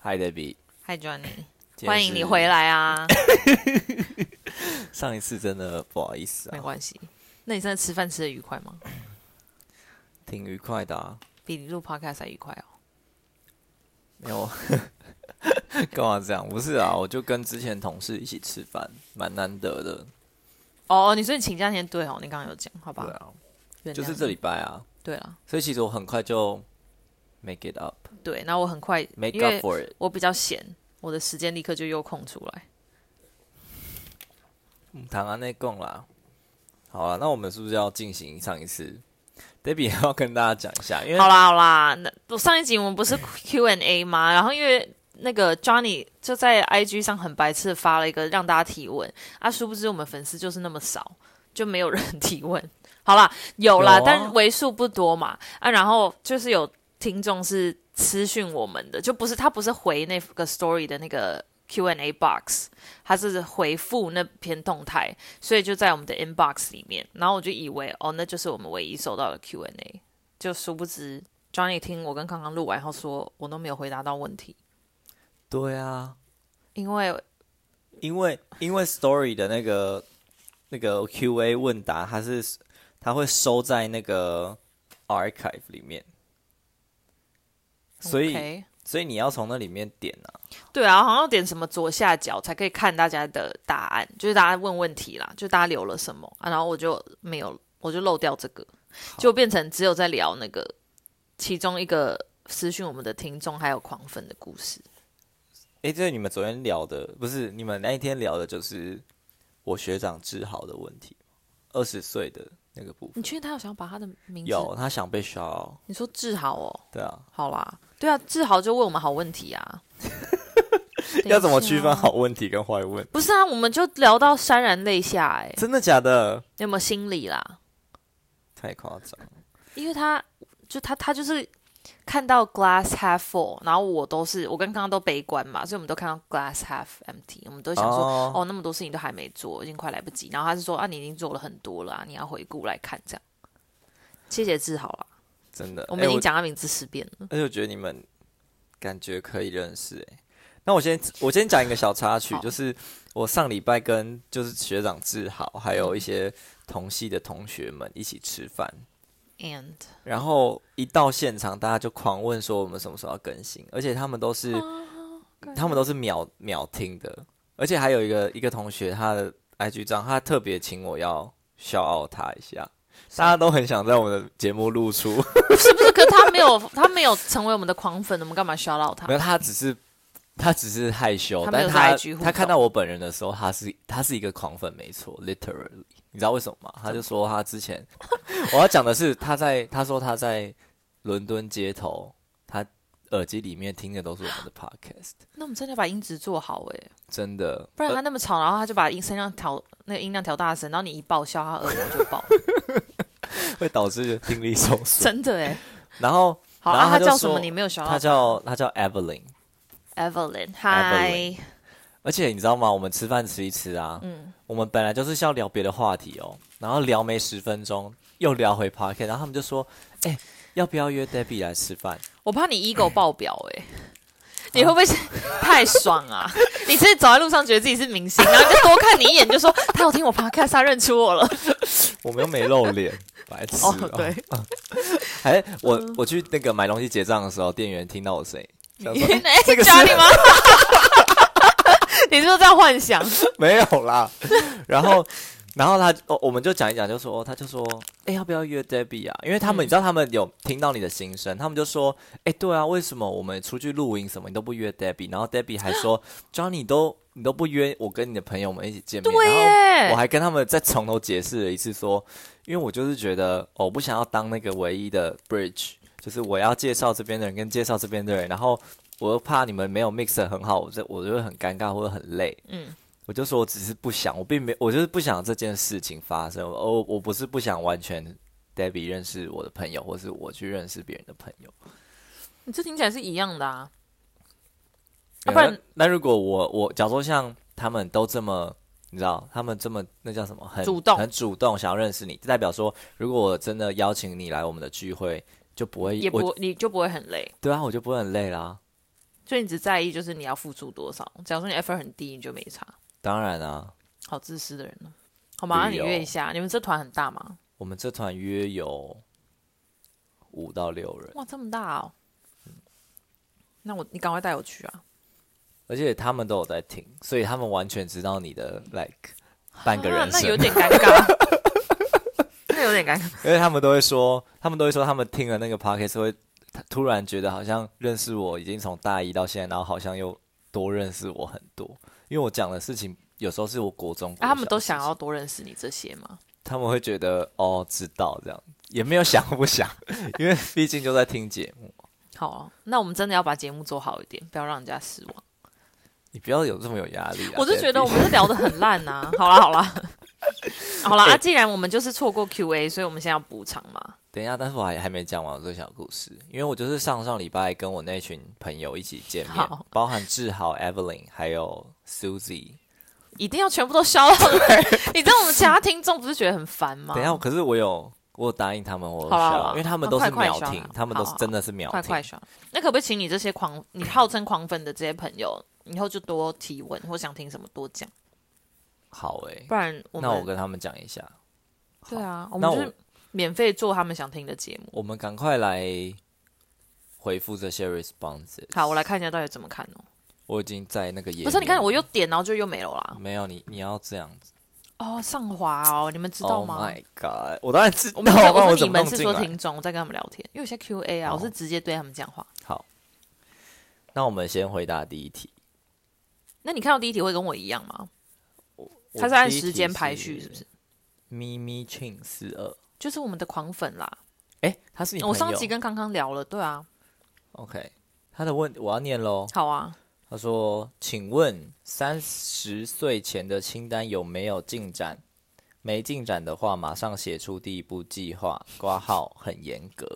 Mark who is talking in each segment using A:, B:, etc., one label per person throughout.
A: 嗨，Debbie，
B: 嗨，Johnny，
A: 今天
B: 欢迎
A: 是
B: 你回。来啊！
A: 上一次真的不好意思
B: 没
A: 啊，
B: 关系。那你现在吃饭吃的愉快吗？
A: 挺愉快的啊。
B: 比你录 podcast 还愉快哦。
A: 没有， 干嘛这样？不是啊，我就跟之前同事一起吃饭，蛮难得的。
B: 哦哦，你说你请假那天对哦，你刚刚有讲，好吧
A: 对？啊，
B: 原谅
A: 就是
B: 你
A: 这礼。拜啊，
B: 对了，
A: 所以其实我很快就 make it up，make
B: 对，然后我很快，因
A: up
B: 为
A: for it。
B: 我比较闲，我的时间立刻就又空出来。
A: 唐安内供啦。好了，那我们是不是要进行上一次？Debbie 也要跟大家讲一下，因为
B: 好啦好啦，那我上一集我们不是 Q&A 吗？然后因为那个 Johnny 就在 IG 上很白痴的发了一个让大家提问，啊，殊不知我们粉丝就是那么少，就没有人提问。 好啦，有啦，
A: 有啊
B: 但为数不多嘛。啊，然后就是有听众是私讯我们的，就不是他不是回那个 story 的那个 Q&A box，他是回复那篇动态，所以就在我们的 inbox 里面。然后我就以为哦，那就是我们唯一收到的 Q&A，就殊不知 Johnny 听我跟康康录完后说，我都没有回答到问题，
A: 对啊，
B: 因为
A: 因为因为 Story 的那个那个 Q&A 问答，它是它会收在那个 archive 里面，所以
B: OK
A: 所以你要从那里面点啊。
B: 对啊，好像有点什么左下角才可以看大家的答案，就是大家问问题啦，就大家留了什么啊，然后我就没有，我就漏掉这个，就变成只有在聊那个其中一个私讯我们的听众还有狂粉的故事。
A: 诶，这你们昨天聊的不是你们那一天聊的，就是我学长志豪的问题，二十岁的那个部分
B: 你。确定他有想把他的名字？
A: 有，他想被烧，
B: 你说志豪哦，
A: 对啊，
B: 好啦，对啊，志豪就问我们好问题啊。等一
A: 要怎么区
B: 下啊
A: 分好问题跟坏问？
B: 不是啊，我们就聊到潸然泪下、哎，
A: 真的假的？
B: 你有没有心理啦？
A: 太夸张了！
B: 因为他就他他就是看到 glass half full，然后我都是我跟刚刚都悲观嘛，所以我们都看到 glass half empty，我们都想说
A: 哦
B: 哦那么多事情都还没做，已经快来不及。然后他是说啊，你已经做了很多了啊、你要回顾来看这样。谢谢志豪啦，
A: 真的，
B: 我们已
A: 诶
B: 经讲他名字十遍了。
A: 而哎且我觉得你们感觉可以认识哎、那我先我先讲一个小插曲，
B: 好
A: 就是我上礼拜跟就是学长志豪还有一些同系的同学们一起吃饭，
B: And
A: 然后一到现场大家就狂问说我们什么时候要更新，而且他们都是、他们都是秒秒听的，而且还有一个一个同学他的 IG 账，他特别请我要笑傲他一下，大家都很想在我们的节目露出。
B: 是不是？可他没有他没有成为我们的狂粉，我们干嘛 shout out 他
A: 没？有，他只是他只是害羞，
B: 他没
A: 但
B: 有
A: 是
B: 在
A: 他
B: IG 互
A: 他看
B: 动
A: 到我本人的时候，他是他是一个狂粉，没错，literally。你知道为什么吗？他就说他之 前我要讲的是他在他说他在伦敦街头，他耳机里面听的都是我们的 podcast，
B: 那我们真的要把音质做好哎、
A: 真的。
B: 不然
A: 呃
B: 他那么吵，然后他就把音声量调那个音量调大声，然后你一爆笑，他耳膜就 爆，
A: 会导致听力受 损。
B: 真的哎。
A: 然后
B: 好
A: 然
B: 啊，
A: 后他
B: 他
A: 就
B: 叫什
A: 说
B: 么？你没有想
A: 他
B: 到
A: 叫他叫 Evelyn，
B: Evelyn，嗨，
A: 而且你知道吗？我们吃饭吃一吃啊，
B: 嗯
A: 我们本来就是要聊别的话题哦，然后聊没十分钟，又聊回 p a r k e t 然后他们就说，哎、要不要约 Debbie 来吃饭？
B: 我怕你 ego 爆表嗯哎、你会不会是太爽 啊？你是走在路上觉得自己是明星，然后就多看你一眼，就说他有听我 podcast，他认出我了。
A: 我们又没露 脸，白痴、
B: 哦，对，，嗯
A: 哎，我我去那个买东西结账的时候，店员听到我声音。想 说
B: 哎
A: 这个是
B: Johnny 吗？你是不是在幻想？
A: 没有啦，然后，然后他，哦我们就讲一讲，就说，他就说，哎、要不要约 Debbie 啊？因为他们，
B: 嗯
A: 你知道，他们有听到你的心声，他们就说，哎、对啊，为什么我们出去露营什么，你都不约 Debbie？然后 Debbie 还 说，Johnny 你都你都不约我跟你的朋友们一起见面，
B: 对
A: 然后我
B: 耶，
A: 还跟他们再从头解释了一次说因为我就是觉得，哦我不想要当那个唯一的 bridge，就是我要介绍这边的人跟介绍这边的人，然后我又怕你们没有 mix 得很好，我这我就会很尴尬或者很累。
B: 嗯，
A: 我就说我只是不想，我并没，我就是不想这件事情发生。哦，我不是不想完全 Debbie 认识我的朋友，或是我去认识别人的朋
B: 啊
A: 友。
B: 你这听起来是一样的啊。
A: 没有
B: 啊不然
A: 那那如果我我假如说像他们都这么，你知道，他们这么那叫什么，很
B: 主动
A: 很主动想要认识你，代表说如果我真的邀请你来我们的聚会，就不会
B: 也
A: 我
B: 不，你就不会很累。
A: 对啊，我就不会很累啦。
B: 就你只在意就是你要付出多少。假如说你 effort 很低，你就没差。
A: 当然啊，
B: 好自私的人哦。好吗？那你
A: 旅游
B: 约一下，你们这团很大吗？
A: 我们这团约有五到六人，
B: 哇，这么大哦！那我你赶快带我去啊！
A: 而且他们都有在听，所以他们完全知道你的 like 半个人
B: 啊那有
A: 生，
B: 点尴尬，那有点尴尬。
A: 因为他们都会说，他们都会说他们听了那
B: 啊
A: 个 podcast 会突然觉得好像认识我已经从大一到现在，然后好像又多认识我很多，因为我讲的事情有时候是我国中
B: 啊，他们都
A: 国小
B: 想
A: 的
B: 要多认识你这些吗？
A: 他们会觉得哦，知道这样，也没有想不想，因为毕竟就在听节目，
B: 好、啊，那我们真的要把节目做好一点，不要让人家失望。
A: 你不要有这么有压力、啊。
B: 我就觉得我
A: Debbie
B: 们这聊得很烂呐、 好啦好 啦好啦，啊，既然我们就是错过 Q&A，所以我们现在要补偿嘛。
A: 等一下，但是我还还没讲完我这个小故事，因为我就是上上礼拜跟我那群朋友一起见面
B: 好，
A: 包含志豪、Evelyn 还有 Susie。
B: 一定要全部都消到的 人，你知道我们其他听众不是觉得很烦吗？
A: 等一下，可是我有我有答应他们，我有
B: 好
A: 笑
B: 啦好啦
A: 因为他们都
B: 快
A: 是
B: 快
A: 秒
B: 笑啦
A: 听，他们都是
B: 好好
A: 真的是秒
B: 快
A: 听
B: 快。刷！那可不可以请你这些狂，你号称狂粉的这些朋友，以后就多提问或想听什么多讲，
A: 好诶、
B: 不然我们
A: 那我跟他们讲一下，
B: 对啊，我
A: 那
B: 们
A: 我
B: 就是免费做他们想听的节目。
A: 我们赶快来回复这些 responses。
B: 好，我来看一下到底怎么看哦。
A: 我已经在那个页面，
B: 不是，你看我又点，然后就又没有啦。
A: 没有你，你要这样子。
B: 哦，上滑哦，你们知道
A: Oh
B: 吗
A: my god！我当然知道，
B: 我们
A: 不然
B: 我
A: 我
B: 说
A: 怎
B: 你
A: 么
B: 们
A: 弄
B: 是
A: 进
B: 说
A: 来？
B: 听众，我在跟他们聊天，因为有些 Q&A 啊，
A: 哦
B: 我是直接对他们讲话。
A: 好，那我们先回答第一题。
B: 那你看到第一题会跟我一样吗？
A: 我
B: 它是按
A: 第一
B: 时
A: 题
B: 间排序，是不是？？
A: 咪咪 Chin 四二，
B: 就是我们的狂粉啦。
A: 哎，他是你
B: 我
A: 朋
B: 上
A: 友
B: 集跟康康聊了，对啊，
A: OK，他的问我要念喽。
B: 好啊，
A: 他说：“请问三十岁前的清单有没有进展？没进展的话，马上写出第一步计划，挂号很严格。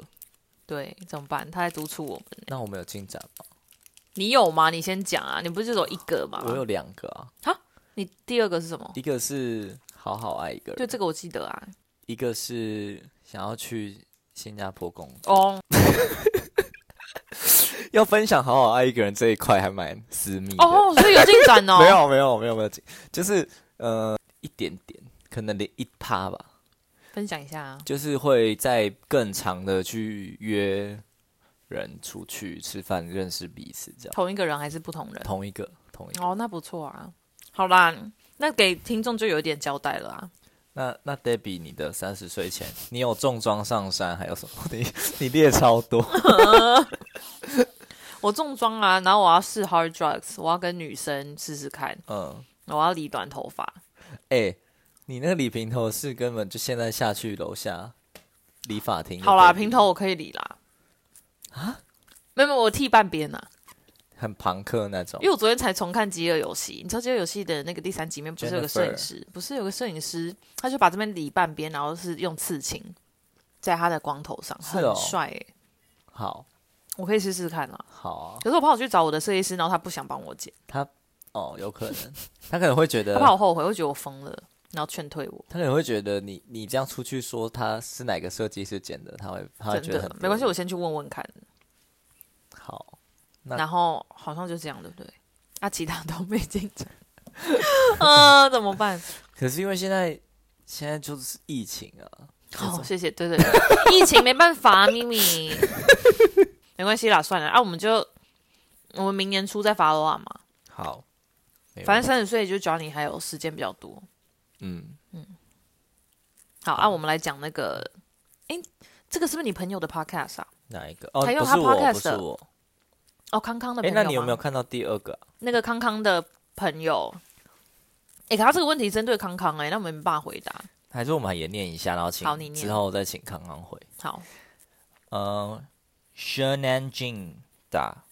B: 对，怎么办？他在督促我们。
A: 那我们有进展吗？
B: 你有吗？你先讲啊！你不是只有一个吗？
A: 我有两个啊，
B: 你第二个是什么？
A: 一个是好好爱一个人，
B: 对，这个我记得啊。
A: 一个是想要去新加坡工作，
B: 哦，
A: 要分享好好爱一个人这一块还蛮私密的。
B: 哦，所以有进展哦。
A: 没有没有没有没有，就是呃一点点，可能连一趴吧，
B: 分享一下啊。
A: 就是会在更长的去约人出去吃饭，认识彼此这样。
B: 同一个人还是不同人？
A: 同一个同一个，
B: 哦，那不错啊。好啦，那给听众就有一点交代了啊。
A: 那那 Debbie，你的三十岁前，你有重装上山，还有什么？你你列超多，
B: 我重装啊，然后我要试 hard drugs，我要跟女生试试看，
A: 嗯，
B: 我要理短头发。
A: 哎、你那个理平头是根本就现在下去楼下理发厅就
B: 好啦，
A: 可以啊
B: 平
A: 理
B: 头我可以理啦。啊？没有，没有我剃半边呐、啊
A: 很朋克那种
B: 因，为我昨天才重看《饥饿游戏》，你知道《饥饿游戏》的那个第三集里面不是有个摄影
A: Jennifer
B: 师，不是有个摄影师，他就把这边理半边，然后是用刺青在他的光头上，
A: 是哦
B: 很帅、欸。
A: 好
B: 我可以试试看啊。
A: 好啊。
B: 可是我怕我去找我的设计师，然后他不想帮我剪，
A: 他哦，有可能，他可能会觉得
B: 他，怕我后悔，会觉得我疯了，然后劝退我。
A: 他可能会觉得你你这样出去说他是哪个设计师剪的，他会他会
B: 真
A: 觉得
B: 的
A: 很
B: 没关系，
A: 丢
B: 我
A: 脸
B: 先去问问看。
A: 好，那
B: 然后好像就这样，对不对？啊，其他都没进展， 啊，怎么办？
A: 可是因为现在现在就是疫情啊，
B: 好，谢谢。对对对， 疫情没办法、啊，咪 咪，没关系啦，算了啊，我们就我们明年初再 follow up 嘛。
A: 好，没
B: 反正
A: 问题
B: 三十岁就只要你还有时间比较多。
A: 嗯，
B: 好，啊，我们来讲那个，诶，这个是不是你朋友的 podcast 啊？
A: 哪一个？哦，
B: 还用
A: 不
B: 他
A: 是我，不
B: podcast
A: 是
B: 的
A: 我，
B: 哦，康康的
A: 哎，
B: 朋友、
A: 那你有没有？看到第二个啊？
B: 那个康康的朋友？诶，可他这个问题针对康康欸诶，那我们没办法回答。
A: 还是我们也念一下，然后请
B: 好你念
A: 之后再请康康回。
B: 好，
A: 呃 s h e n a n Jin 打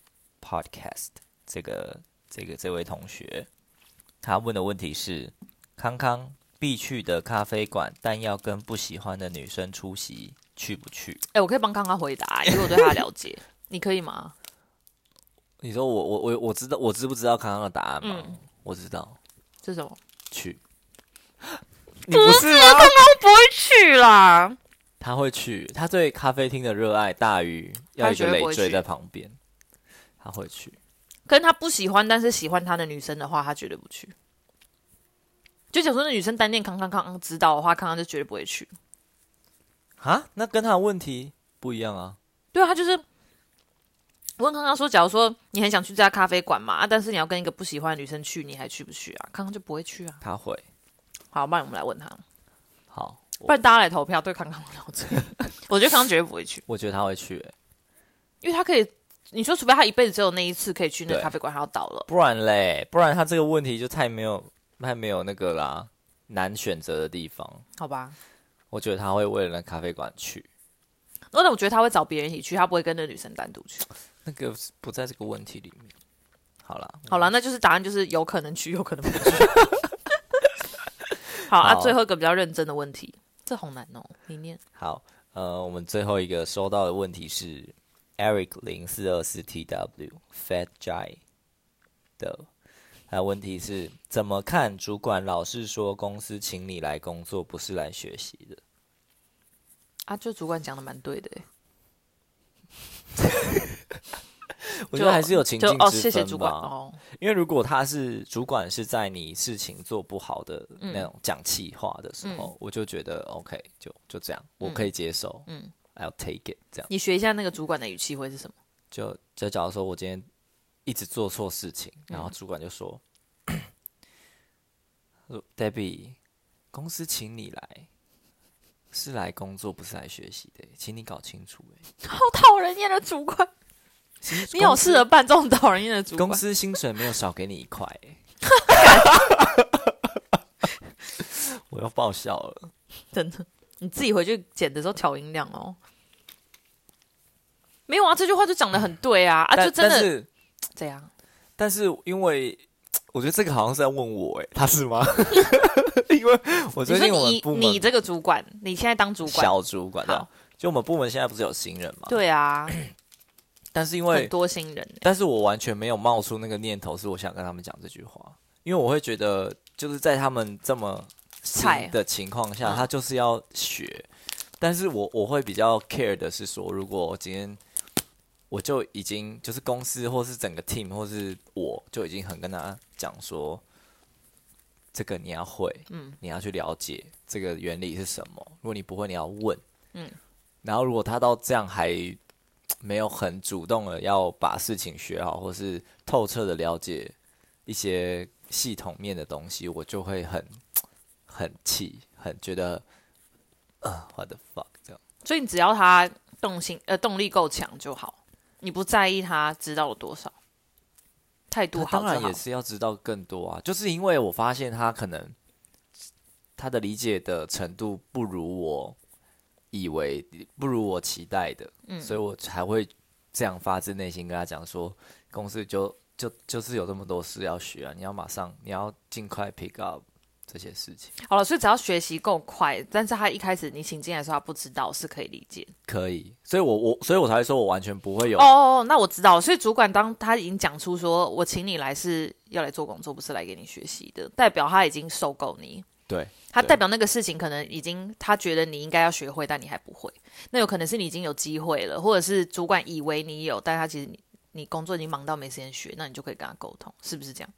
A: Podcast 这个这个这位同学，他问的问题是：康康必去的咖啡馆，但要跟不喜欢的女生出席，去不去？
B: 诶，我可以帮康康回答，因为我对他的了 解，你可以吗？
A: 你说我我我我知道我知不知道康康的答案吗？
B: 嗯
A: 我知道，
B: 这是什么？
A: 去。你不是吗？
B: 不会去啦。
A: 他会去，他对咖啡厅的热爱大于
B: 他
A: 要一
B: 绝
A: 个
B: 对不会
A: 累赘
B: 去
A: 在旁边，他会去。
B: 跟他不喜欢但是喜欢他的女生的话，他绝对不去。就假如说那女生单恋康康康知道的话，康康就绝对不会去。
A: 啊，那跟他的问题不一样啊。
B: 对啊，他就是我问康康说，假如说你很想去这家咖啡馆嘛，啊，但是你要跟一个不喜欢的女生去，你还去不去啊？康康就不会去啊。
A: 他会
B: 好，不然我们来问他，
A: 好，
B: 不然大家来投票对康康的了解。 我觉得康康绝对不会去，
A: 我觉得他会去、欸，
B: 因为他可以，你说除非他一辈子只有那一次可以去那个
A: 对
B: 咖啡馆，他要倒了。
A: 不然嘞，不然他这个问题就太没有太没有那个啦，难选择的地方。
B: 好吧，
A: 我觉得他会为了那咖啡馆去，
B: 哦那我觉得他会找别人一起去，他不会跟那女生单独去。
A: 那个是不在这个问题里面。好啦，
B: 好了，那就是答案就是有可能去，有可能不去。好啊，
A: 好
B: 最后一个比较认真的问题，这好难哦，你念。
A: 好，呃，我们最后一个收到的问题是 Eric 零四二四 TW Fat Guy 的，他的问题是怎么看主管老是说公司请你来工作，不是来学习的？
B: 啊，就主管讲的蛮对的耶，欸
A: 我觉得还是有情境
B: 就
A: 之分吧。
B: 哦，谢谢主管哦，
A: 因为如果他是主管是在你事情做不好的
B: 嗯
A: 那种讲气话的时候，我就觉得 OK，就就这样，我可以接受，嗯
B: 嗯
A: ，I'll take it，这样
B: 你学一下那个主管的语气会是什么？
A: 就就假如说我今天一直做错事情，
B: 嗯
A: 然后主管就说， 他说 Debbie，公司请你来。是来工作，不是来学习的，请你搞清楚。哎，
B: 好讨人厌的主管，
A: 其实
B: 你好
A: 公司
B: 适合办这种讨人厌的主管
A: 公。司薪水没有少给你一块、欸， 我要爆笑了。
B: 真的，你自己回去剪的时候调音量哦。没有啊，这句话就讲的很对啊啊，
A: 但
B: 就真
A: 但
B: 的
A: 是，
B: 这样。
A: 但是因为我觉得这个好像是在问我、欸，哎，他是吗？ 因为我
B: 你
A: 最
B: 说
A: 近我们
B: 你
A: 部
B: 你
A: 门
B: 这个主管，你现在当主管，
A: 小主管的
B: 好，
A: 就我们部门现在不是有新人嘛？。
B: 对啊，
A: 但是因
B: 很
A: 为，
B: 多新人欸、
A: 但是我完全没有冒出那个念头，是我想跟他们讲这句话，因为我会觉得就是在他们这么新
B: 菜
A: 的情况下，
B: 嗯
A: 他就是要学。但是我我会比较 care 的是说，如果我今天我就已经就是公司或是整个 team 或是我就已经很跟他讲说，这个你要会，嗯，你要去了解这个原理是什么。如果你不会，你要问，嗯
B: 嗯。
A: 然后如果他到这样还没有很主动的要把事情学好，或是透彻的了解一些系统面的东西，我就会很很气，很觉得，呃，what the fuck 这样。
B: 所以你只要他动心呃动力够强就好，你不在意他知道了多少，态
A: 他
B: 度好
A: 当然
B: 就好
A: 也。是要知道更多啊，就是因为我发现他可能他的理解的程度不如我以为，不如我期待的，
B: 嗯
A: 所以我才会这样发自内心跟他讲说，公司就就就是有这么多事要学啊，你要马上，你要尽快 pick up 这些事情，
B: 好了，所以只要学习够快，但是他一开始你请进来的时候他不知道是可以理解的。
A: 可以，所以我我所以我才会说我完全不会有，
B: 哦，那我知道了。所以主管当他已经讲出说我请你来是要来做工作，不是来给你学习的，代表他已经受够你。
A: 对
B: 他
A: 对
B: 代表那个事情可能已经他觉得你应该要学会，但你还不会。那有可能是你已经有机会了，或者是主管以为你有，但他其实你你工作已经忙到没时间学，那你就可以跟他沟通，是不是这样？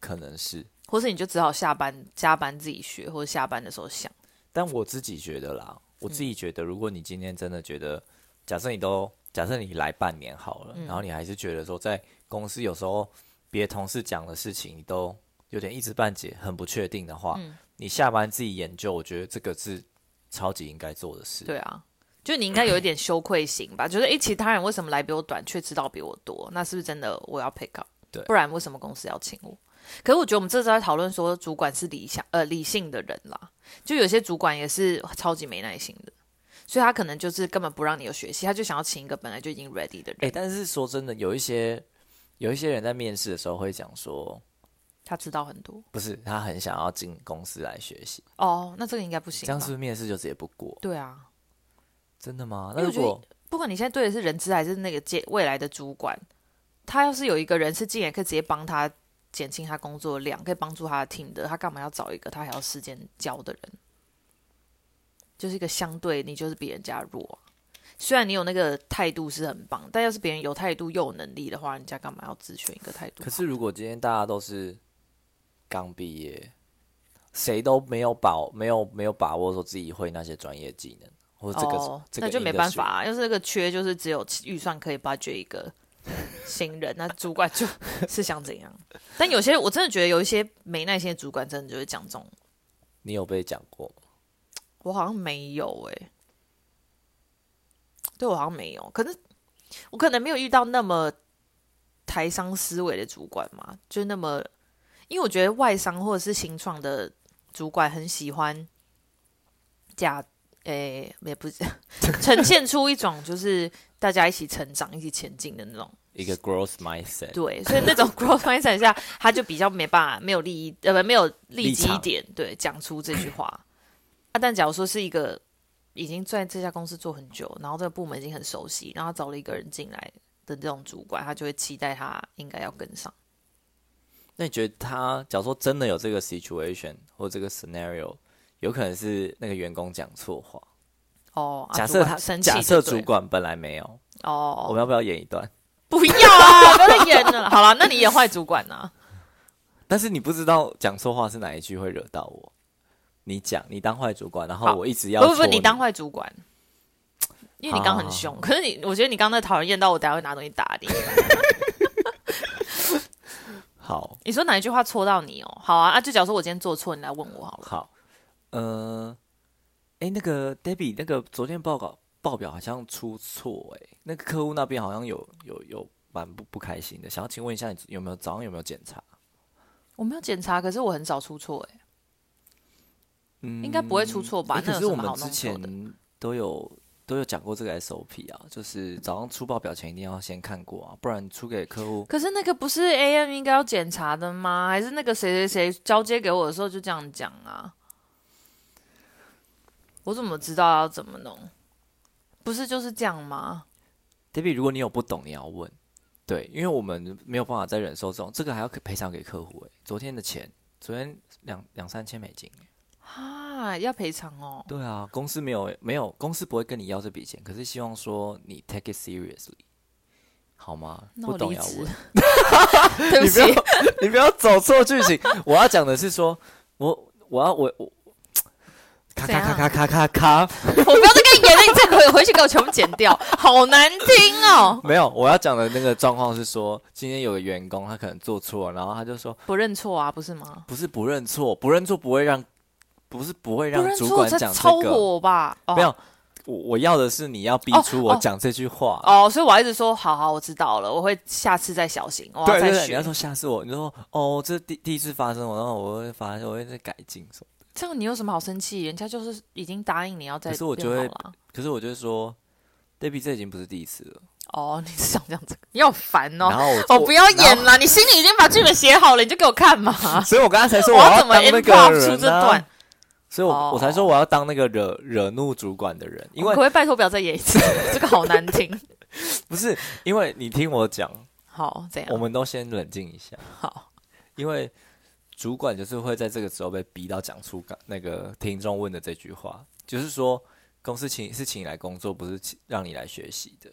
A: 可能是，
B: 或是你就只好下班加班自己学，或者下班的时候想。
A: 但我自己觉得啦，我
B: 嗯
A: 自己觉得，如果你今天真的觉得，假设你都假设你来半年好了，然后
B: 嗯
A: 你还是觉得说，在公司有时候别的同事讲的事情，你都有点一知半解，很不确定的话，
B: 嗯
A: 你下班自己研究，我觉得这个是超级应该做的事。
B: 对啊，就你应该有一点羞愧心吧，就是诶，其他人为什么来比我短，却知道比我多？那是不是真的我要 pick up？
A: 对
B: 不然为什么公司要请我？可是我觉得我们这次在讨论说，主管是理想呃理性的人啦，就有些主管也是超级没耐心的，所以他可能就是根本不让你有学习，他就想要请一个本来就已经 ready 的人，
A: 哎、但是说真的，有一些有一些人在面试的时候会讲说，
B: 他知道很多
A: 不是他很想要进公司来学习，
B: 哦，那这个应该不行
A: 这样是不
B: 吧？
A: 是面试就直接不过？
B: 对啊，
A: 真的吗？
B: 因
A: 那如
B: 为我觉得
A: 果
B: 不管你现在对的是人资还是那个接未来的主管，他要是有一个人是进来可以直接帮他减轻他工作量，可以帮助他的 team 的，他干嘛要找一个他还要时间教的人？就是一个相对你就是比人家弱啊、虽然你有那个态度是很棒，但要是别人有态度又有能力的话，人家干嘛要只选一个态度好？
A: 可是如果今天大家都是刚毕业，谁都没有把没有没有把握说自己会那些专业技能，或者这个、
B: 哦，
A: 这个
B: 那就没办
A: industry
B: 法、啊。要是那个缺，就是只有预算可以巴结一个新人，那主管就 是想怎样？但有些我真的觉得有一些没耐心的主管，真的就是讲这种。
A: 你有被讲过吗？
B: 我好像没有哎、对我好像没有。可是我可能没有遇到那么台商思维的主管嘛，就是那么，因为我觉得外商或者是新创的主管很喜欢假，诶、也不是 呈现出一种就是大家一起成长、一起前进的那种。
A: 一个 growth mindset，
B: 对，所以那种 growth mindset 下，他就比较没办法，没有利益，呃，不，没有利
A: 立
B: 基
A: 场
B: 点，对，讲出这句话。啊，但假如说是一个已经在这家公司做很久，然后这个部门已经很熟悉，然后找了一个人进来的这种主管，他就会期待他应该要跟上。
A: 那你觉得他，假如说真的有这个 situation 或这个 scenario，有可能是那个员工讲错话。
B: 哦，啊
A: 假
B: 主
A: 设
B: 管
A: 他
B: 生气就
A: 假
B: 对，
A: 设主管本来没有，我
B: 哦，
A: 们要不要演一段？
B: 不要啊，不要再演了。好了，那你演坏主管啊？
A: 但是你不知道讲错话是哪一句会惹到我。你讲，你当坏主管，然
B: 好
A: 后我一直 要
B: 不不不，
A: 戳
B: 你当坏主管，因为你刚很
A: 啊
B: 凶。可是你，我觉得你刚那讨人厌到我，等下会拿东西打你。
A: 好
B: 你说哪一句话戳到你哦？好啊，啊，就假如说我今天做错，你来问我好了。
A: 好，呃，哎、那个 Debbie，那个昨天报告报表好像出错，哎，那个客户那边好像有有有蛮不不开心的，想要请问一下你有没有早上有没有检查？
B: 我没有检查，可是我很少出错哎、
A: 嗯
B: 应该不会出错吧
A: 诶
B: 那
A: 可
B: 有
A: 是
B: 什
A: 我
B: 么
A: 们
B: 好
A: 之
B: 弄错的
A: 前都有都有讲过这个 SOP 啊，就是早上出报表前一定要先看过啊，不然出给客户
B: 可是那个不是 AM 应该要检查的吗？还是那个谁谁谁交接给我的时候就这样讲啊？我怎么知道要怎么弄？不是就是这样吗？
A: Debbie，如果你有不懂，你要问。对，因为我们没有办法再忍受这种，这个还要赔偿给客户、欸。昨天的钱，昨天两两三千美金。
B: 啊，要赔偿 哦。
A: 对啊，公司没有没有，公司不会跟你要这笔钱，可是希望说你 take it seriously，好吗？
B: 那
A: 不
B: 我
A: 懂
B: 离
A: 要
B: 职
A: 问。。
B: 对不
A: 你不要
B: 起，
A: 你不要走错剧情。我要讲的是说，我我要我 我，咔
B: 怎
A: 咔
B: 样
A: 咔咔咔咔咔，
B: 我不要再跟你演了，你再回回去给我全部剪掉，好难听哦。
A: 没有，我要讲的那个状况是说，今天有个员工他可能做错，然后他就说
B: 不认错啊，不是吗？
A: 不是不认错，不认错不会让，不是不会
B: 不
A: 让
B: 认
A: 主
B: 错
A: 管
B: 才
A: 讲这
B: 超
A: 个。
B: 火吧？哦
A: 没有，我我要的是你要逼
B: 哦
A: 出我
B: 哦
A: 讲这句话。
B: 哦，所以我要一直说，好好，我知道了，我会下次再小心，我要
A: 对
B: 再
A: 对
B: 学。
A: 对，你要说下次我，你就说哦，这是第第一次发生，我然后我会发现我会再改进什么。
B: 这样你有什么好生气？人家就是已经答应你要再
A: 可是我
B: 变
A: 就
B: 好
A: 会
B: 了啊。
A: 可是我就说，Debbie 这已经不是第一次了。
B: 哦，你是想这样子，你好烦
A: 然
B: 哦！
A: 后
B: 我
A: 我
B: 不要。
A: 然
B: 演了，你心里已经把剧本写好了，你就给我 看嘛。
A: 后所以我刚才才说
B: 我
A: 要
B: 怎么
A: 当那
B: improv
A: 个
B: 出
A: 人
B: 这
A: 啊
B: 段？
A: 所以我我才说
B: 哦
A: 我要当那个惹惹怒主管的人，因为
B: 可不可以拜托不要再演一次？这个好 难听。
A: 不是因为你听我讲，
B: 好，这样
A: 我们都先冷静一下。
B: 好，
A: 因为主管就是会在这个时候被逼到讲出刚那个听众问的这句话，就是说公司请是请你来工作，不是请让你来学习的，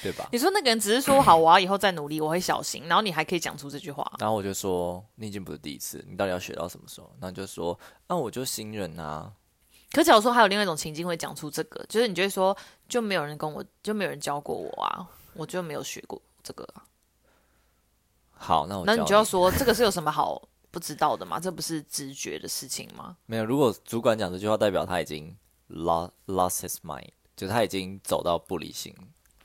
A: 对吧？
B: 你说那个人只是说好，我要以后再努力，我会小心，然后你还可以讲出这句话。
A: 然后我就说你已经不是第一次，你到底要学到什么时候？然后就说那、我就新人啊，
B: 可假如说还有另外一种情境会讲出这个，就是你就会说就没有人跟我，就没有人教过我啊，我就没有学过这个啊。
A: 好，那我
B: 那你就
A: 教
B: 要说 这个是有什么好不知道的吗？这不是直觉的事情吗？
A: 没有。如果主管讲这句话，代表他已经 lost lost his mind，就是他已经走到不理性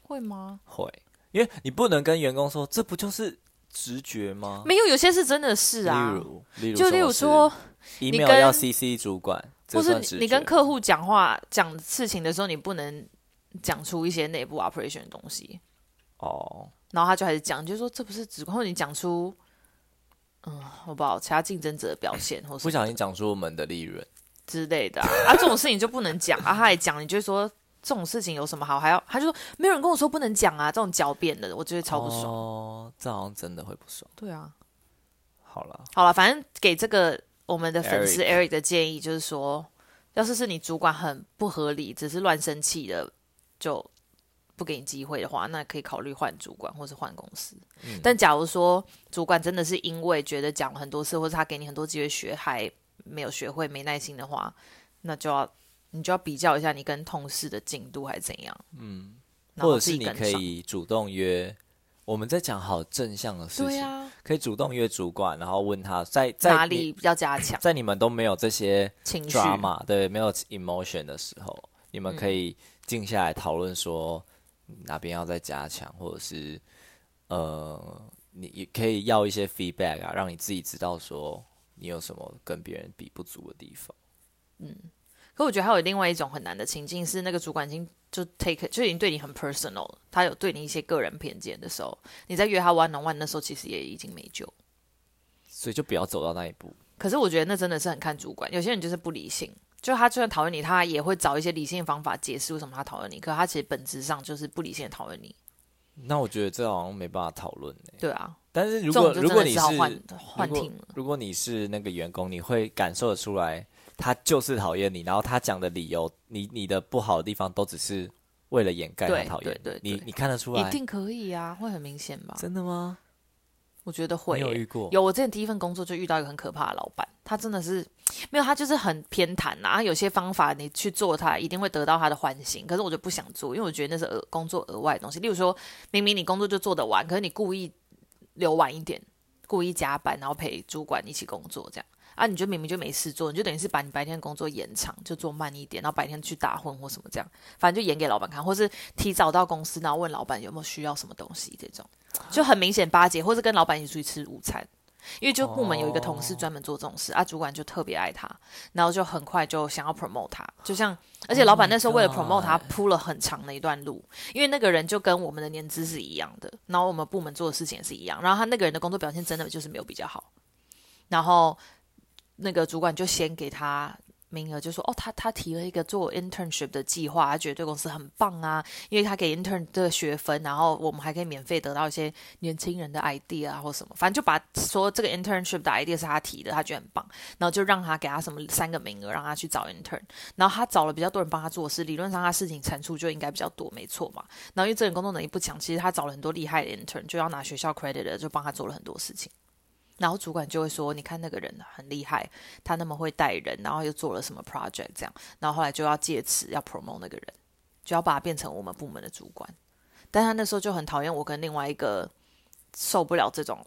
B: 会吗？
A: 会，因为你不能跟员工说这不就是直觉吗？
B: 没有，有些是真的是啊
A: 例。如，例如
B: 就例如说，，
A: email
B: 跟
A: 要 CC 主管，这
B: 或是
A: 算直
B: 你你
A: 觉
B: 跟客户讲话讲事情的时候，你不能讲出一些内部 operation 的东西，
A: 哦，
B: 然后他就开始讲，就说这不是只或者你讲出，嗯，好不好？其他竞争者的表现，或是
A: 不小心讲出我们的利润，
B: 之类的啊，啊这种事情就不能讲啊，他还讲，你就会说这种事情有什么好？还要他就说没有人跟我说不能讲啊，这种狡辩的，我就会超不爽。
A: 哦，这好像真的会不爽。
B: 对啊，
A: 好了，
B: 好了，反正给这个我们的粉丝 Eric 的建议就是说，要是是你主管很不合理，只是乱生气的，就不给你机会的话，那可以考虑换主管或是换公司。
A: 嗯
B: 但假如说主管真的是因为觉得讲了很多次，或者他给你很多机会学还没有学会、没耐心的话，那就要你就要比较一下你跟同事的进度还是怎样，嗯，然
A: 或
B: 后
A: 者是
B: 自己
A: 你
B: 跟
A: 可
B: 上。
A: 以主动约，我们在讲好正向的事
B: 对
A: 情，
B: 啊，
A: 可以主动约主管，然后问他在在
B: 哪
A: 你
B: 里要加强
A: 在你们都没有这些
B: 情绪？
A: drama，对，没有 emotion 的时候，你们可以
B: 嗯
A: 静下来讨论说哪边要再加强，或者是呃，你也可以要一些 feedback 啊，让你自己知道说你有什么跟别人比不足的地方。
B: 可我觉得还有另外一种很难的情境是，那个主管已经就 take 就已经对你很 personal，了他有对你一些个人偏见的时候，你在约他 one on one 那时候，其实也已经没救。
A: 所以就不要走到那一步。
B: 可是我觉得那真的是很看主管，有些人就是不理性，就他就算讨厌你，他也会找一些理性的方法解释为什么他讨厌你，可他其实本质上就是不理性的讨厌你。
A: 那我觉得这好像没办法讨论欸呢。
B: 对啊，
A: 但是如
B: 这种
A: 果
B: 就
A: 如
B: 真
A: 果
B: 的
A: 你
B: 只
A: 是
B: 好换
A: 如
B: 换
A: 果
B: 听了。
A: 如果你是那个员工，你会感受得出来，他就是讨厌你，然后他讲的理由，你你的不好的地方都只是为了掩盖他
B: 对
A: 讨厌你，
B: 对对
A: 你
B: 对
A: 你看得出
B: 一
A: 来？
B: 定可以啊，会很明显吧？
A: 真的吗？
B: 我觉得
A: 你
B: 会、
A: 有
B: 欸
A: 遇过？
B: 有，我之前第一份工作就遇到一个很可怕的老板，他真的是没有，他就是很偏袒呐、啊。有些方法你去做他，一定会得到他的欢心。可是我就不想做，因为我觉得那是额工作额外的东西。例如说，明明你工作就做得完，可是你故意留晚一点，故意加班，然后陪主管一起工作这样。啊，你就明明就没事做，你就等于是把你白天的工作延长，就做慢一点，然后白天去打混或什么这样，反正就演给老板看，或是提早到公司，然后问老板有没有需要什么东西这种，就很明显巴结，或是跟老板一起出去吃午餐，因为就部门有一个同事专门做这种事、啊，主管就特别爱他，然后就很快就想要 promote 他，就像而且老板那时候为了 promote 他铺了很长的一段路，因为那个人就跟我们的年资是一样的，然后我们部门做的事情也是一样，然后他那个人的工作表现真的就是没有比较好，然后那个主管就先给他名额，就说哦，他他提了一个做 internship 的计划，他觉得对公司很棒啊，因为他给 intern 的学分，然后我们还可以免费得到一些年轻人的 idea 啊或什么，反正就把说这个 internship 的 idea 是他提的，他觉得很棒，然后就让他给他什么三个名额，让他去找 intern，然后他找了比较多人帮他做事，理论上他事情产出就应该比较多，没错嘛。然后因为这个人工作能力不强，其实他找了很多厉害的 intern，就要拿学校 credit 的，就帮他做了很多事情。然后主管就会说：“你看那个人啊很厉害，他那么会带人，然后又做了什么 project 这样，然后后来就要借此要 promote 那个人，就要把他变成我们部门的主管。但他那时候就很讨厌我跟另外一个受不了这种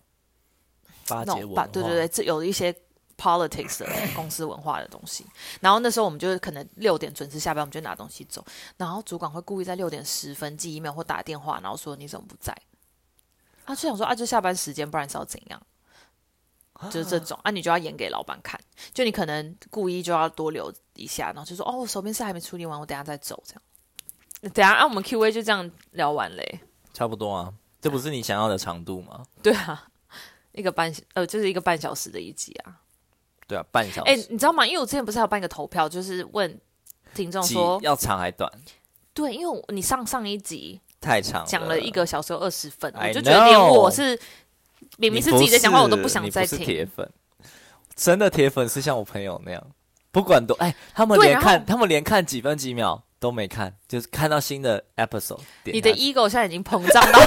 A: 巴
B: 那
A: 啊结
B: 种
A: 文
B: 吧，
A: 化，
B: 对对对，这有一些 politics 的公司文化的东西。然后那时候我们就是可能六点准时下班，我们就拿东西走。然后主管会故意在六点十分寄 email 或打电话，然后说你怎么不在？他就想说啊，就下班时间，不然是要怎样？就是这种啊，你就要演给老板看，就啊你可能故意就要多留一下，然后就说哦，我手边事还没处理完，我等一下再走这样。等一下啊，我们 Q A 就这样聊完嘞、
A: 差不多啊。这不是你想要的长度吗？
B: 对啊，一个半呃，就是一个半小时的一集啊。
A: 对啊，半小时。
B: 哎、你知道吗？因为我之前不是还有办一个投票，就是问听众
A: 几
B: 说，
A: 要长还短？
B: 对，因为我你上上一集
A: 太长了。
B: 讲了一，个小时有二十分，我
A: I
B: 就觉得连
A: know
B: 我是明明是自己在讲话，我都不想再
A: 你不是
B: 听。
A: 铁粉，真的铁粉是像我朋友那样，不管多哎，他们
B: 对
A: 连
B: 然
A: 看，
B: 后
A: 他们连看几分几秒都没看，就是看到新的 episode 点下去。
B: 你的 ego 现在已经膨胀到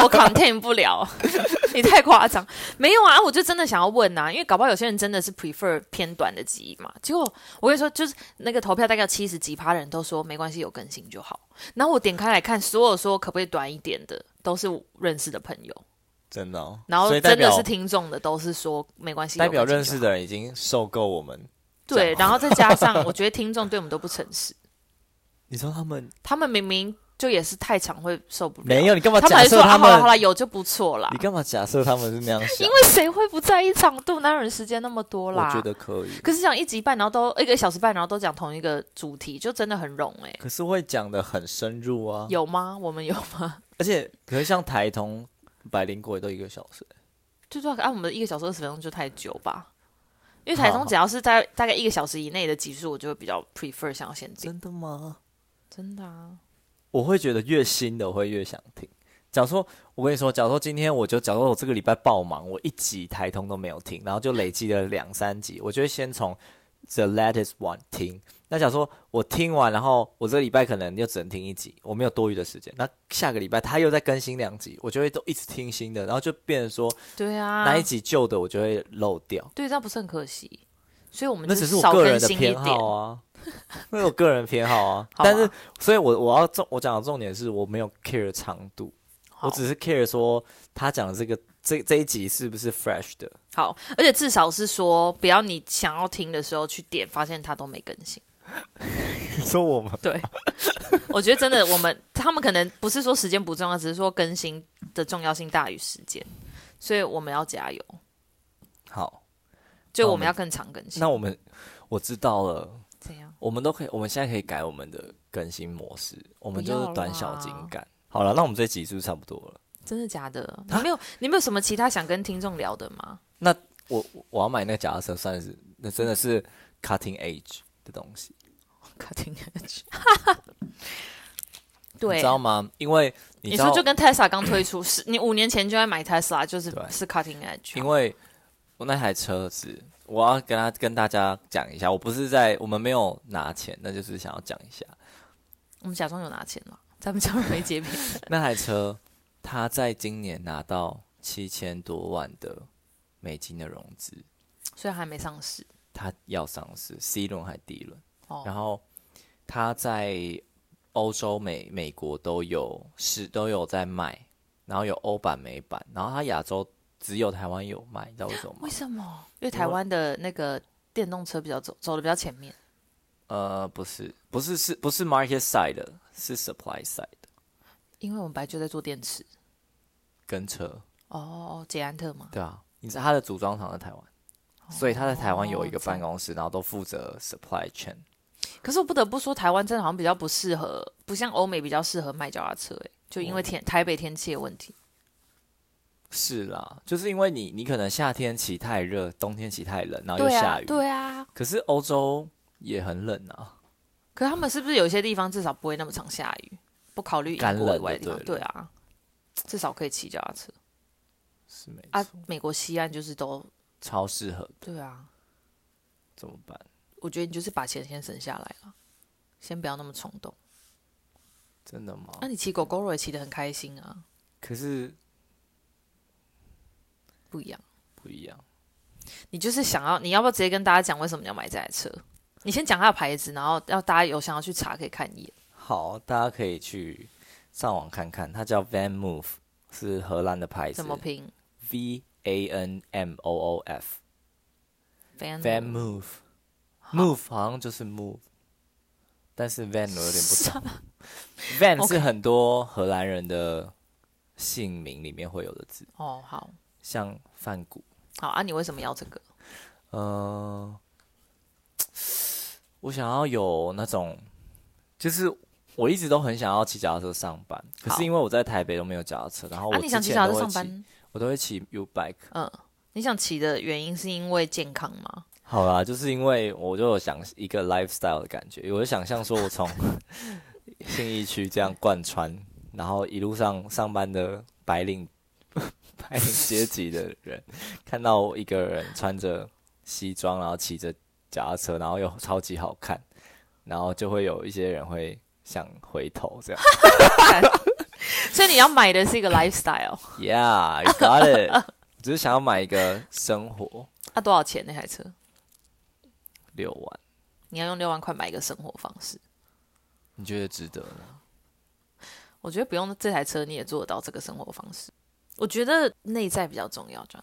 B: 我 contain 不了， 你太夸张。没有啊，我就真的想要问啊，因为搞不好有些人真的是 prefer 偏短的集嘛。结果我跟你说，就是那个投票大概七十几趴的人都说没关系，有更新就好。然后我点开来看，所有说可不可以短一点的，都是认识的朋友。
A: 真的、哦，
B: 然后
A: 所以代
B: 真的
A: 表
B: 是听众的都是说没关系，
A: 代
B: 有
A: 表
B: 感情
A: 认
B: 就
A: 识
B: 好
A: 的人已经受够我们。
B: 对，
A: 讲
B: 然后再加上我觉得听众对我们都不诚实，
A: 你说他们
B: 他们明明就也是太常会受不了，
A: 没有？你干嘛
B: 他们
A: 假
B: 还说
A: 设
B: 啊，
A: 他
B: 好
A: 们？
B: 了好了，有就不错啦
A: 你。干嘛假设他们是那样想？
B: 因为谁会不在意长度？哪有人时间那么多啦？
A: 我觉得可以。
B: 可是讲一集半，然后都一个小时半，然后都讲同一个主题，就真的很冗哎、
A: 可是会讲的很深入啊，
B: 有吗？我们有吗？
A: 而且可是像台通、百灵果也都一个小时，
B: 就说按我们一个小时二十分钟就太久吧。因为台
A: 好
B: 中只要是在大概一个小时以内的集数，我就会比较 prefer 想要先进。
A: 真的吗？
B: 真的啊，
A: 我会觉得越新的我会越想听。假如说我跟你说，假如说今天我就假如说我这个礼拜爆忙，我一集台通都没有听，然后就累积了两三集，我就会先从 The Latest One 听，那想说我听完，然后我这个礼拜可能又只能听一集，我没有多余的时间。那下个礼拜他又再更新两集，我就会都一直听新的，然后就变成说
B: 对啊，
A: 哪一集旧的我就会漏掉。
B: 对，这样不是很可惜？所以我们
A: 那
B: 就
A: 只是我
B: 少
A: 个
B: 更
A: 人的
B: 新一
A: 偏好
B: 点。
A: 啊，那是我个人偏好啊。
B: 好啊
A: 但是，所以我我要重我讲的重点是我没有 care 长度，
B: 好
A: 我只是 care 说他讲的这个这这一集是不是 fresh 的。
B: 好，而且至少是说，不要你想要听的时候去点，发现它都没更新。
A: 你说我吗？
B: 对， 我觉得真的，我们他们可能不是说时间不重要，只是说更新的重要性大于时间，所以我们要加油，
A: 好，
B: 就
A: 那
B: 我
A: 我们
B: 们要更常更新。
A: 那我们我知道了。
B: 怎样？
A: 我们都可以，我们现在可以改我们的更新模式，我们就
B: 不
A: 是
B: 要
A: 短小精
B: 啦
A: 干。好了，那我们这集是不是差不多了？
B: 真的假的？
A: 啊
B: 你没有，你没有什么其他想跟听众聊的吗？
A: 我我我要买那个脚踏车，算是那真的是 cutting edge 的东西，
B: 可听下去。
A: 你
B: 对
A: 知，道吗？因为你
B: 你
A: 知
B: 说
A: 道，
B: 就跟 Tesla 刚推出，是你五年前就在买 Tesla，就是
A: 对
B: 是 cutting edge
A: 因
B: 啊。
A: 为我那台车子，我要跟他跟大家讲一下，我不是在我们没有拿钱，那就是想要讲一下
B: 我们假装有拿钱了，咱们假装没结 冰。
A: 那台车，它在今年拿到七千多万的美金的融资，
B: 虽然还没上市
A: 它要上市 C 轮还 D 轮。
B: 哦
A: 然，后他在欧洲、美美国都有是都有在卖，然后有欧版、美版，然后他亚洲只有台湾有卖，你知道为什么吗
B: 为？什么？因为台湾的那个电动车比较走走的比较前面。
A: 呃，不是，不是是不是 market side 的，是 supply side 的
B: 因为我们白就在做电池。
A: 跟车，
B: 哦，捷安特嘛，
A: 对啊，哦你知道他的组装厂在台湾。所以他在台湾有一个
B: 这样
A: 办公室，然后都负责 supply chain。
B: 可是我不得不说，台湾真的好像比较不适合，不像欧美比较适合卖脚踏车、欸，就因为天、台北天气的问题。
A: 是啦，就是因为你你可能夏天骑太热，冬天骑太冷，然后又
B: 对啊
A: 下，雨。
B: 对啊。
A: 可是欧洲也很冷啊。
B: 可他们是不是有些地方至少不会那么常下雨？不考虑
A: 干
B: 英国以
A: 冷
B: 外的
A: 就
B: 地方，
A: 对
B: 对啊，至少可以骑脚踏车
A: 是没
B: 啊。美国西岸就是都
A: 超适合，
B: 对啊，
A: 怎么办？
B: 我觉得你就是把钱先省下来了，先不要那么冲动。
A: 真的吗？
B: 那、你骑狗狗肉也骑得很开心啊，
A: 可是
B: 不一样。
A: 不一样，
B: 你就是想要，你要不要直接跟大家讲为什么你要买这台车？你先讲它的牌子，然后要大家有想要去查可以看一眼。
A: 好，大家可以去上网看看，它叫 Van Move，是荷兰的牌子，
B: 怎么拼
A: V A N M O O F
B: ？Van
A: Van Move Move 好像就是 Move，但是 Van 我有点不懂，Van 是
B: OK
A: 很多荷兰人的姓名里面会有的字，
B: 哦，好
A: 像范谷，
B: 好啊，你为什么要这个？
A: 哦呃，我想要有那种，就是我一直都很想要骑脚踏车上班，可
B: 好
A: 是因为我在台北都没有脚踏车，然后
B: 啊，
A: 我
B: 你
A: 之
B: 想骑
A: 前
B: 脚踏
A: 都
B: 车
A: 会
B: 上
A: 骑，
B: 班？
A: 我都会骑 U bike。
B: 嗯，你想骑的原因是因为健康吗？
A: 好啦，就是因为我就有想一个 lifestyle 的感觉，我就想象说我 从信义区这样贯穿，然后一路上上班的白领 白领阶级的人，看到一个人穿着西装，然后骑着脚踏车，然后又超级好看，然后就会有一些人会想回头 这样。
B: 所以你要买的是一个 lifestyle。
A: Yeah, you got it 。只是想要买一个生活
B: 那、多少钱那台车？
A: 六万，
B: 你要用六万块买一个生活方式？
A: 你觉得值得吗？
B: 我觉得不用这台车你也做得到这个生活方式。我觉得内在比较重要，Johnny。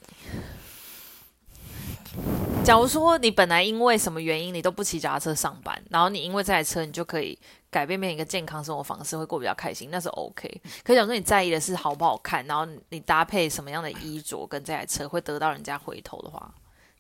B: 假如说你本来因为什么原因你都不骑脚踏车上班，然后你因为这台车你就可以改变变一个健康生活方式，会过比较开心，那是 OK。可假如说你在意的是好不好看，然后你搭配什么样的衣着跟这台车会得到人家回头的话，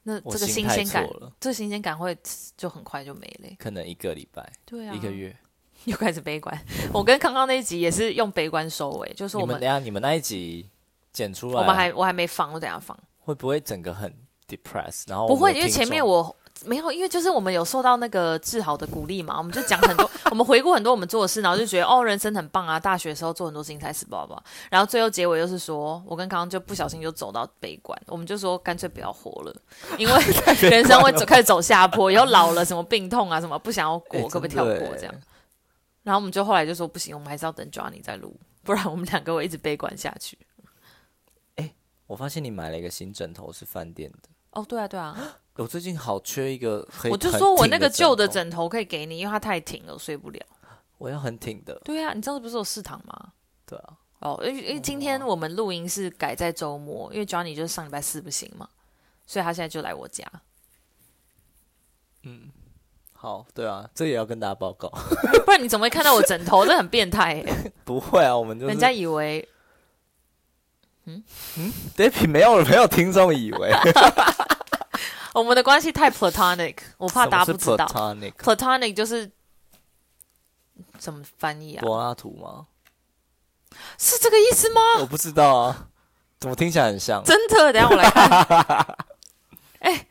B: 那
A: 我
B: 这个
A: 心
B: 新
A: 态
B: 鲜感
A: 错，了，
B: 这个新鲜感会就很快就没了欸。
A: 可能一个礼拜。
B: 对啊，
A: 一个月。
B: 又开始悲观。我跟康康那一集也是用悲观收尾，就是
A: 你
B: 我
A: 们
B: 们
A: 等一下你们那一集剪出来，
B: 我们还我还没放，我等一下放。
A: 会不会整个很 depressed？然后
B: 不
A: 哦我们
B: 会，
A: 的
B: 因为
A: 听
B: 前面
A: 众
B: 我没有，因为就是我们有受到那个志豪的鼓励嘛，我们就讲很多， 我们回顾很多我们做的事，然后就觉得哦，人生很棒啊，大学的时候做很多事情才是吧吧。然后最后结尾又是说，我跟康康就不小心就走到悲观，我们就说干脆不要活了，因 为 人生会走开始走下坡，以后老了什么病痛啊什么不想要过，
A: 哎
B: 可不可以
A: 真
B: 跳
A: 的
B: 过这
A: 哎
B: 样？然后我们就后来就说不行，我们还是要等 Johnny 再录，不然我们两个会一直悲观下去。
A: 我发现你买了一个新枕头是饭店的，
B: 哦，对啊，对啊。
A: 我最近好缺一个可以
B: 我就
A: 很
B: 说我
A: 挺
B: 那个旧的
A: 头，
B: 枕头可以给你，因为它太挺了，我睡不了。
A: 我要很挺的，
B: 对啊，你上次不是有试躺吗？
A: 对啊，
B: 哦，因为因为今天我们录音是改在周末，因为 Johnny 就是上礼拜四不行嘛，所以他现在就来我家。
A: 好，对啊，这也要跟大家报告，
B: 不然你怎么会看到我枕头？这很变态耶、
A: 不会啊，我们 就是
B: 人家以为
A: Debbie 没有没有听众以 为
B: 我们的关系太 platonic，我怕大家
A: 什
B: 不
A: 么是
B: 知道
A: platonic
B: platonic 就是怎么翻译啊？
A: 柏拉图吗？
B: 是这个意思吗？
A: 我不知道啊，怎么听起来很像？
B: 真的，等一下我来看。 哎、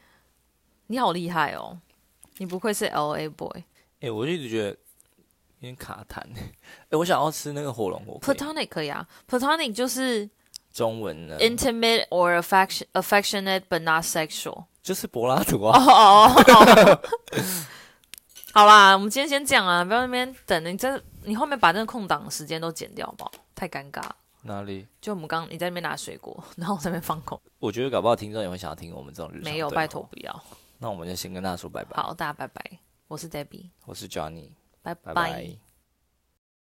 B: 你好厉害哦，你不愧是 L A boy。
A: 哎、我就一直觉得有点卡痰。哎、我想要吃那个火龙果可以吗。
B: Platonic 可以啊，Platonic 就是
A: 中文呢，
B: intimate or affection affectionate but not sexual。
A: 就是柏拉图
B: 哦
A: 啊。
B: 哦哦， 好啦，我们今天先这样啊，不要在那边等你这，你后面把那个空档的时间都剪掉好不好？太尴尬了。
A: 哪里？
B: 就我们刚你在那边拿水果，然后我在那边放空，
A: 我觉得搞不好听众也会想要哦听我们这种日常。
B: 没有，拜。托不要。
A: 那我们就先跟大家说拜拜。
B: 好，大家拜拜，我是 Debbie，
A: 我是 Johnny，
B: 拜
A: 拜拜。